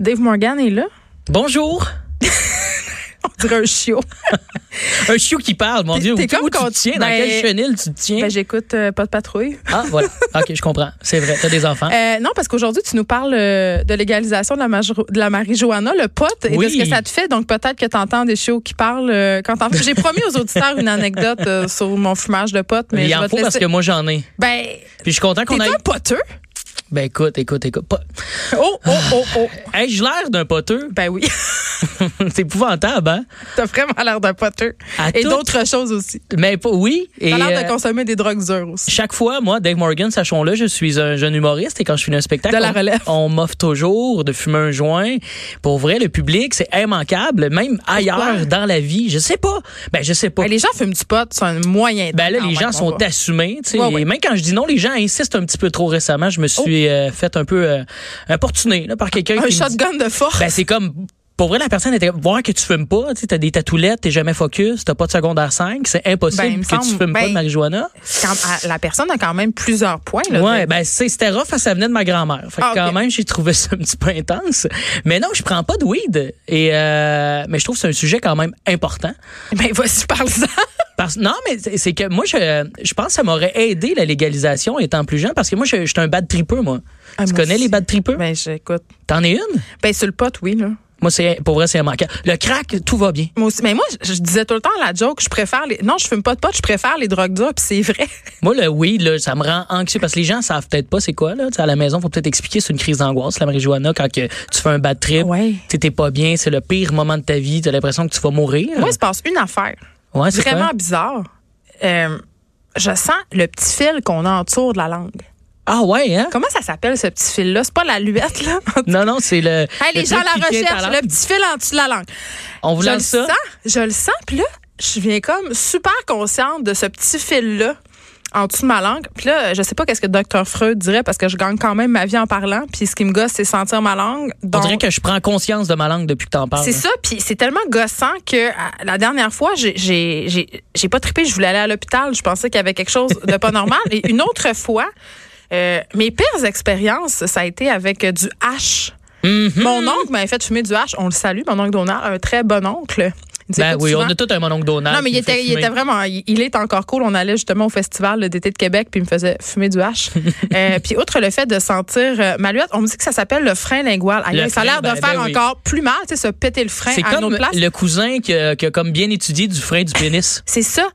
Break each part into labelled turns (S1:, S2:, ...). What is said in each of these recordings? S1: Dave Morgan est là.
S2: Bonjour.
S1: On dirait un chiot.
S2: Un chiot qui parle, mon
S1: T'es-
S2: Dieu.
S1: t'es
S2: Où tu-
S1: comme
S2: où tu
S1: quand-
S2: te tiens? Dans
S1: Ben,
S2: quelle chenille tu te tiens?
S1: Ben, J'écoute euh, pas de patrouille.
S2: Ah, voilà. OK, je comprends. C'est vrai, t'as des enfants.
S1: Euh, non, parce qu'aujourd'hui, tu nous parles euh, de légalisation de la, major- de la marijuana, le pote, et
S2: Oui.
S1: de ce que ça te fait. Donc, peut-être que tu entends des chiots qui parlent euh, quand t'en fais. J'ai promis aux auditeurs une anecdote euh, sur mon fumage de pote, mais
S2: Mais il
S1: je vais
S2: en
S1: te
S2: faut parce
S1: laisser-
S2: que moi, j'en ai.
S1: Ben,
S2: Puis je suis content
S1: t'es
S2: qu'on aille.
S1: un poteux?
S2: Ben écoute, écoute, écoute. Pas...
S1: Oh, oh, oh, oh.
S2: Ai-je l'air d'un poteux?
S1: Ben oui,
S2: C'est épouvantable, hein?
S1: t'as vraiment l'air d'un poteux.
S2: À
S1: Et
S2: tout-
S1: d'autres choses aussi.
S2: Mais pas- oui. Et,
S1: T'as l'air de
S2: euh,
S1: consommer des drogues dures aussi.
S2: chaque fois, moi, Dave Morgan, sachons-le, je suis un jeune humoriste et quand je finis un spectacle,
S1: De la
S2: on-
S1: relève.
S2: on, m'offre toujours de fumer un joint. Pour vrai, le public, c'est immanquable, même ailleurs dans la vie. Je sais pas. Ben, je sais pas.
S1: Ben, les gens fument du pot, c'est un moyen. de-
S2: Ben là,
S1: Ah, ouais,
S2: les gens
S1: qu'on
S2: sont
S1: va.
S2: assumés. tu sais.
S1: Ouais, ouais.
S2: Et même quand je dis non, les gens insistent un petit peu trop récemment. Je me suis euh, fait un peu euh, importuné là, par quelqu'un
S1: Un
S2: qui me dit-
S1: shotgun de force.
S2: Ben, c'est comme... Pour vrai, la personne était voir que tu fumes pas, tu sais, t'as des tatoulettes, t'es jamais focus, t'as pas de secondaire 5, c'est impossible
S1: Ben, il me
S2: que tu
S1: semble-
S2: fumes pas de
S1: ben,
S2: marijuana.
S1: Quand- ah, la personne a quand même plusieurs points. Là,
S2: Ouais,
S1: de-
S2: ben c'est- c'était rough, parce que ça venait de ma grand-mère. Fait que
S1: Ah, ok.
S2: quand même, j'ai trouvé ça un petit peu intense. Mais non, je prends pas de weed. Et euh, mais je trouve que c'est un sujet quand même important.
S1: ben vas-y, parle-en.
S2: Parce, non, mais c'est- c'est que moi, je, je pense que ça m'aurait aidé la légalisation étant plus jeune, parce que moi, je, je suis un bad tripeux, moi.
S1: Ah,
S2: tu
S1: moi
S2: connais
S1: aussi.
S2: les bad tripeux?
S1: Ben, j'écoute.
S2: T'en es une?
S1: Ben, sur le pot, oui, là.
S2: Moi, c'est pour vrai, c'est manquant. Le crack, tout va bien.
S1: Moi aussi. Mais moi, je, je disais tout le temps à la joke, je préfère les. Non, je fume pas de pot, je préfère les drogues dures, puis c'est vrai.
S2: Moi, le weed, là, ça me rend anxieux parce que les gens savent peut-être pas c'est quoi. Là. Tu sais, À la maison, faut peut-être expliquer, c'est une crise d'angoisse, la marijuana, quand que tu fais un bad trip.
S1: Ouais.
S2: tu sais, T'es pas bien, c'est le pire moment de ta vie, t'as l'impression que tu vas mourir.
S1: Moi, il se passe une affaire
S2: Ouais, c'est
S1: vraiment
S2: quoi?
S1: bizarre. Euh, je sens le petit fil qu'on entoure de la langue.
S2: Ah ouais, hein?
S1: Comment ça s'appelle, ce petit fil-là? C'est pas la luette, là?
S2: Non, non, c'est le.
S1: Hey,
S2: le
S1: les gens
S2: truc qui
S1: la
S2: tient ta
S1: recherchent,
S2: langue.
S1: le petit fil en dessous de la langue.
S2: On vous
S1: je le
S2: lance ça?
S1: sens, je le sens, puis là, je viens comme super consciente de ce petit fil-là en dessous de ma langue. Puis là, je sais pas qu'est-ce que Dr Freud dirait parce que je gagne quand même ma vie en parlant. Puis ce qui me gosse, c'est sentir ma langue.
S2: On
S1: Donc,
S2: dirait que je prends conscience de ma langue depuis que t'en parles.
S1: c'est
S2: là.
S1: ça, puis c'est tellement gossant que à- la dernière fois, j'ai- j'ai j'ai- j'ai pas trippé, je voulais aller à l'hôpital, je pensais qu'il y avait quelque chose de pas normal. Et une autre fois, euh, mes pires expériences, ça a été avec euh, du H.
S2: Hum. Hmm.
S1: Mon oncle m'avait fait fumer du H, on le salue, mon oncle Donald, un très bon oncle. Il disait,
S2: Ben
S1: écoute,
S2: oui,
S1: souvent-
S2: on a tout un mononcle Donald.
S1: non, mais
S2: qui
S1: il
S2: nous fait
S1: était, il
S2: fumer.
S1: était vraiment. Il, il est encore cool. On allait justement au festival d'été de Québec, puis il me faisait fumer du hache. Euh, puis, outre le fait de sentir euh, ma luette, on me dit que ça s'appelle le frein lingual. Aïe,
S2: Le
S1: ça a l'air
S2: frein,
S1: de
S2: ben,
S1: faire
S2: ben oui.
S1: encore plus mal, tu sais, se péter le frein
S2: C'est
S1: à une
S2: comme
S1: autre place.
S2: le cousin qui a, qui a comme bien étudié du frein du pénis.
S1: C'est ça.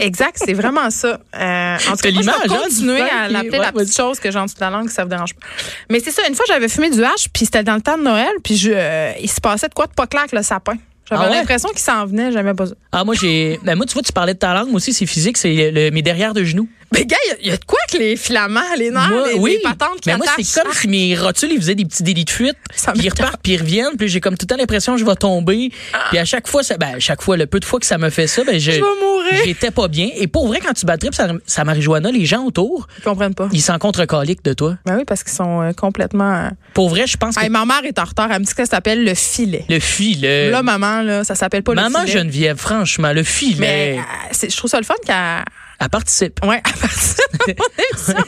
S1: exact, c'est vraiment ça. Euh, en tout
S2: C'est
S1: cas, moi,
S2: l'image,
S1: je vais
S2: hein, du
S1: continuer
S2: frein
S1: à
S2: qui-
S1: l'appeler
S2: ouais,
S1: la petite chose que j'ai en dessous de la langue, ça vous dérange pas. Mais c'est ça, une fois, j'avais fumé du hache, puis c'était dans le temps de Noël, puis je, euh, il se passait de quoi de pas clair avec le sapin. J'avais
S2: Ah ouais?
S1: l'impression qu'il s'en venait, j'aimais pas ça.
S2: Ah, moi, j'ai. Ben, moi, tu vois, tu parlais de ta langue. Moi aussi, c'est physique. C'est le, mes derrière de genoux.
S1: Mais gars, il y a- il y, a de quoi que les filaments, les nerfs,
S2: moi,
S1: les,
S2: oui.
S1: les patentes qui
S2: Mais moi,
S1: attachent.
S2: c'est comme si mes rotules, ils faisaient des petits délits de fuite.
S1: Ça
S2: Puis ils
S1: m'écoeure.
S2: repartent, puis ils reviennent. Puis j'ai comme tout le temps l'impression que je vais tomber. Puis à chaque fois, ça, ben, à chaque fois, le peu de fois que ça me fait ça, ben, je.
S1: Ah. Je vais mourir.
S2: J'étais pas bien. Et pour vrai, quand tu bats trip, ça, ça marijuana, les gens autour,
S1: Ils comprennent pas.
S2: ils s'en contre-caliquent de toi.
S1: Ben oui, parce qu'ils sont euh, complètement. euh,
S2: Pour vrai, je pense que
S1: Hey, ma mère est en retard. Elle me dit que ça s'appelle le filet.
S2: le filet.
S1: Là, maman, là, ça s'appelle pas
S2: Euh, Maman
S1: le filet.
S2: Geneviève, franchement, le
S1: Mais
S2: filet.
S1: euh, c'est- je trouve ça le fun qu'elle.
S2: Elle participe.
S1: Ouais, à partir de mon émission.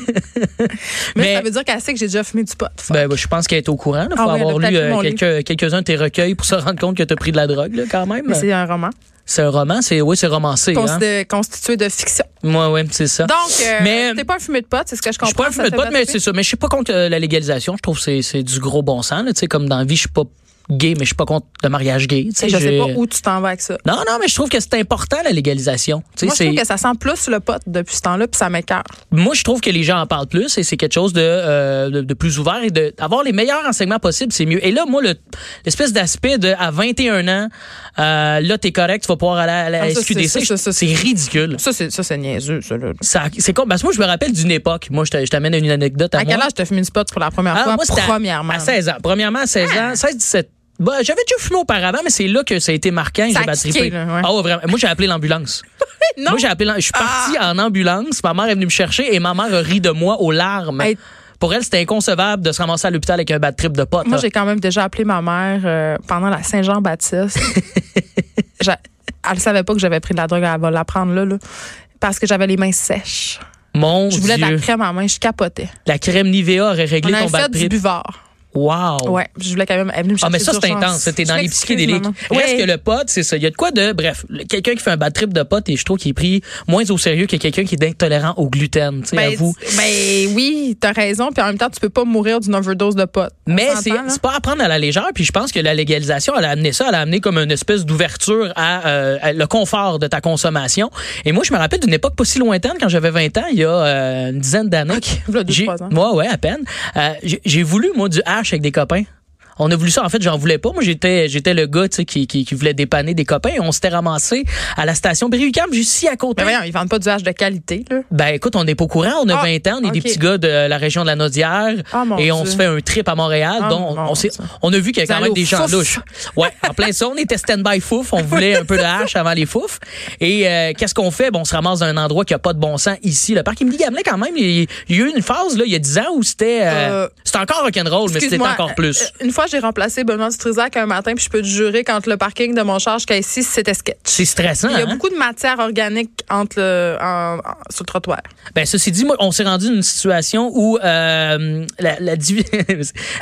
S1: Mais,
S2: Mais-
S1: ça veut dire qu'elle sait que j'ai déjà fumé du pot. Fuck.
S2: Ben, ben, je pense qu'elle est au courant. Il faut
S1: Ah oui, elle a
S2: avoir lu
S1: peut-être lu
S2: euh,
S1: mon livre.
S2: quelques- quelques-uns de tes recueils pour se rendre compte que tu as pris de la drogue, là, quand même.
S1: Mais c'est un roman
S2: C'est un roman, c'est oui, ben, c'est romancé. Hein?
S1: considé- constitué de fiction.
S2: Ouais, ouais, c'est ça.
S1: Donc, euh,
S2: Mais-
S1: t'es pas un fumé de pot, c'est ce que je
S2: je
S1: comprends.
S2: suis pas un
S1: ça
S2: fumeur de
S1: te
S2: pot,
S1: fait
S2: mais
S1: battre.
S2: c'est ça. Mais je suis pas contre euh, la légalisation. Je trouve que c'est- c'est du gros bon sens. là. Tu sais, comme dans la vie, je suis pas gay, mais je suis pas contre le mariage gay. tu sais,
S1: Et je sais
S2: j'ai-
S1: pas où tu t'en vas avec ça.
S2: Non, non, mais je trouve que c'est important, la légalisation. Tu sais,
S1: Moi, je
S2: c'est-
S1: trouve que ça sent plus le pote depuis ce temps-là, puis ça m'écœure.
S2: moi, je trouve que les gens en parlent plus et c'est quelque chose de, euh, de, de plus ouvert et de- d'avoir les meilleurs enseignements possibles, c'est mieux. Et là, moi, le- l'espèce d'aspect de à 21 ans, euh, là, t'es correct, tu vas pouvoir aller à la
S1: Ah, ça,
S2: SQDC,
S1: c'est- ça, ça,
S2: c'est
S1: c'est-
S2: ridicule.
S1: Ça, c'est ça, c'est niaiseux, ça. là.
S2: Ça- C'est con. Parce que moi, je me rappelle d'une époque. Moi, je t'a- je t'amène une anecdote à,
S1: À quel
S2: moi.
S1: âge t'as fumé une spot pour la première
S2: Ah,
S1: fois?
S2: moi, c'était à-
S1: premièrement. Ah.
S2: À 16 ans. Premièrement, à 16 ans, 16-17. Bah, j'avais déjà fumé auparavant, mais c'est là que ça a été marquant et
S1: Ça
S2: j'ai
S1: a
S2: battu
S1: kické, là, ouais.
S2: Ah ouais, vraiment. Moi, j'ai appelé l'ambulance.
S1: Non. Ah.
S2: Moi, j'ai appelé l'am- Je suis partie en ambulance. Ma mère est venue me chercher et ma mère a ri de moi aux larmes.
S1: Hey.
S2: Pour elle, c'était inconcevable de se ramasser à l'hôpital avec un bad trip de potes.
S1: Moi,
S2: là.
S1: j'ai quand même déjà appelé ma mère euh, pendant la Saint-Jean-Baptiste. J'a- Elle savait pas que j'avais pris de la drogue, elle va la prendre là, là. Parce que j'avais les mains sèches.
S2: Mon
S1: Je voulais de
S2: Oh Dieu.
S1: la crème à main, je capotais.
S2: La crème Nivea aurait réglé
S1: On
S2: ton
S1: avait fait
S2: bad
S1: du
S2: trip.
S1: buvard.
S2: Wow.
S1: Ouais, je voulais quand même. Elle est venue me
S2: Ah, mais
S1: chercher
S2: ça, c'est
S1: d'urgence.
S2: intense. T'es dans
S1: Je
S2: les
S1: m'excuse,
S2: psychédéliques.
S1: maman.
S2: Reste
S1: Ouais.
S2: que le pote, c'est ça. Il y a de quoi de. Bref, le- quelqu'un qui fait un bad trip de pote, et je trouve qu'il est pris moins au sérieux que quelqu'un qui est intolérant au gluten, tu sais,
S1: Ben,
S2: avoue.
S1: c'est- ben oui, t'as raison. Puis en même temps, tu peux pas mourir d'une overdose de potes. On
S2: Mais
S1: s'entend,
S2: c'est
S1: là?
S2: c'est pas à prendre à la légère, puis je pense que la légalisation, elle a amené ça, elle a amené comme une espèce d'ouverture à, euh, à le confort de ta consommation. Et moi, je me rappelle d'une époque pas si lointaine, quand j'avais 20 ans, il y a euh, une dizaine d'années.
S1: voilà, deux,
S2: J'ai-
S1: trois ans.
S2: Moi, ouais, à peine. Euh, j'ai- J'ai voulu, moi, du hash avec des copains. On a voulu ça. En fait, j'en voulais pas. Moi, j'étais, j'étais le gars, tu sais, qui, qui, qui voulait dépanner des copains. On s'était ramassé à la station Berry-UQAM, juste ici à côté.
S1: Mais voyons, ils vendent pas du hache de qualité, là.
S2: Ben écoute, on n'est pas au courant, on a
S1: Ah,
S2: 20 ans, on est des
S1: ok.
S2: petits gars de la région de la Naudière
S1: Ah, mon
S2: et on
S1: Dieu.
S2: se fait un trip à Montréal.
S1: Ah,
S2: donc on,
S1: mon
S2: on s'est-
S1: Dieu.
S2: on a vu qu'il y a
S1: Vous
S2: quand même
S1: allez
S2: des
S1: au
S2: gens
S1: fouf.
S2: louches. Ouais, en plein ça, on était stand-by fouf, on voulait un peu de hache avant les fouf. Et euh, qu'est-ce qu'on fait? Bon, on se ramasse dans un endroit qui a pas de bon sens ici, le parc. Il me dit Gamelin quand même, il, il y a eu une phase là, il y a 10 ans où c'était euh,
S1: Euh,
S2: c'était encore rock'n'roll, Oh, mais c'était
S1: Excuse-moi,
S2: encore
S1: euh,
S2: plus.
S1: Une fois, j'ai remplacé Benoît Dutrisac un matin, puis je peux te jurer qu'entre le parking de mon char jusqu'à ici, c'était sketch.
S2: C'est stressant.
S1: Il y a
S2: hein?
S1: beaucoup de matière organique entre le, en- en- sur le trottoir.
S2: Ben, ceci dit, moi, on s'est rendu dans une situation où euh, la- la div-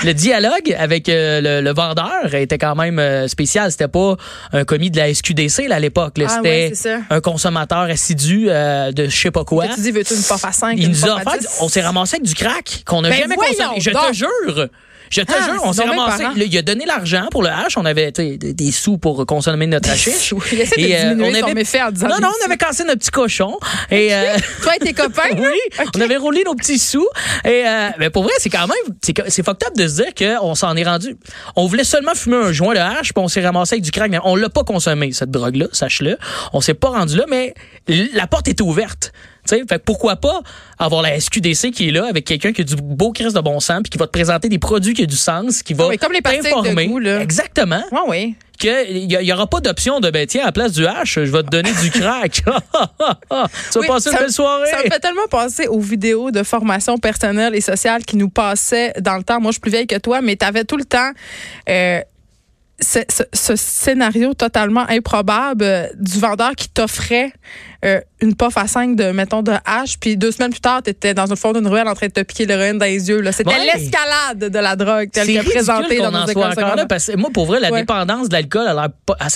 S2: le dialogue avec euh, le, le vendeur était quand même euh, spécial. C'était pas un commis de la SQDC là, à l'époque. là.
S1: Ah,
S2: C'était
S1: ouais, c'est ça.
S2: un consommateur assidu euh, de je sais pas quoi.
S1: Que Tu dis, veux-tu une pof à 5?
S2: Il
S1: une
S2: nous
S1: pof
S2: a
S1: à
S2: offert,
S1: 10?
S2: on s'est ramassé avec du crack qu'on n'a
S1: Ben
S2: jamais
S1: voyons
S2: consommé. Je te
S1: donc.
S2: jure. Je te
S1: Ah,
S2: jure, on
S1: c'est
S2: s'est
S1: donc bien
S2: ramassé.
S1: parent.
S2: là, il a donné l'argent pour le hash. On avait tu sais, des, des sous pour consommer notre hachiche.
S1: sous. Il essaie de diminuer son méfait en disant
S2: Non,
S1: des
S2: non, euh, on
S1: sous.
S2: avait cassé notre petit cochon. Et, euh,
S1: Toi et tes copains? là?
S2: oui, on avait roulé nos petits sous. Et euh, ben, pour vrai, c'est quand même, c'est que- c'est fucked up de se dire qu'on s'en est rendu. On voulait seulement fumer un joint de hache, puis on s'est ramassé avec du crack. Mais on l'a pas consommé, cette drogue-là, sache-le. On s'est pas rendu là, mais l- la porte était ouverte. Tu sais, fait que pourquoi pas avoir la SQDC qui est là avec quelqu'un qui a du beau crise de bon sens puis qui va te présenter des produits qui ont du sens, qui va
S1: Ah oui, comme les pastilles de
S2: t'informer.
S1: goût, là.
S2: Exactement
S1: Ouais, oui.
S2: qu'il n'y aura pas d'option de ben tiens à la place du H, je vais te donner du crack. tu vas
S1: Oui,
S2: passer une
S1: ça-
S2: belle soirée.
S1: Ça me fait tellement penser aux vidéos de formation personnelle et sociale qui nous passaient dans le temps. Moi, je suis plus vieille que toi, mais tu avais tout le temps euh, ce, ce- ce scénario totalement improbable euh, du vendeur qui t'offrait euh, une pof à 5 de, mettons, de hache, puis deux semaines plus tard, tu étais dans le fond d'une ruelle en train de te piquer l'héroïne dans les yeux. là. C'était
S2: Ouais.
S1: l'escalade de la drogue telle
S2: C'est
S1: que
S2: ridicule
S1: présentée dans
S2: qu'on
S1: nos
S2: en
S1: écoles
S2: soit encore là
S1: secondaires.
S2: parce que moi pour vrai la
S1: Ouais.
S2: dépendance de l'alcool elle a l'air pas- ça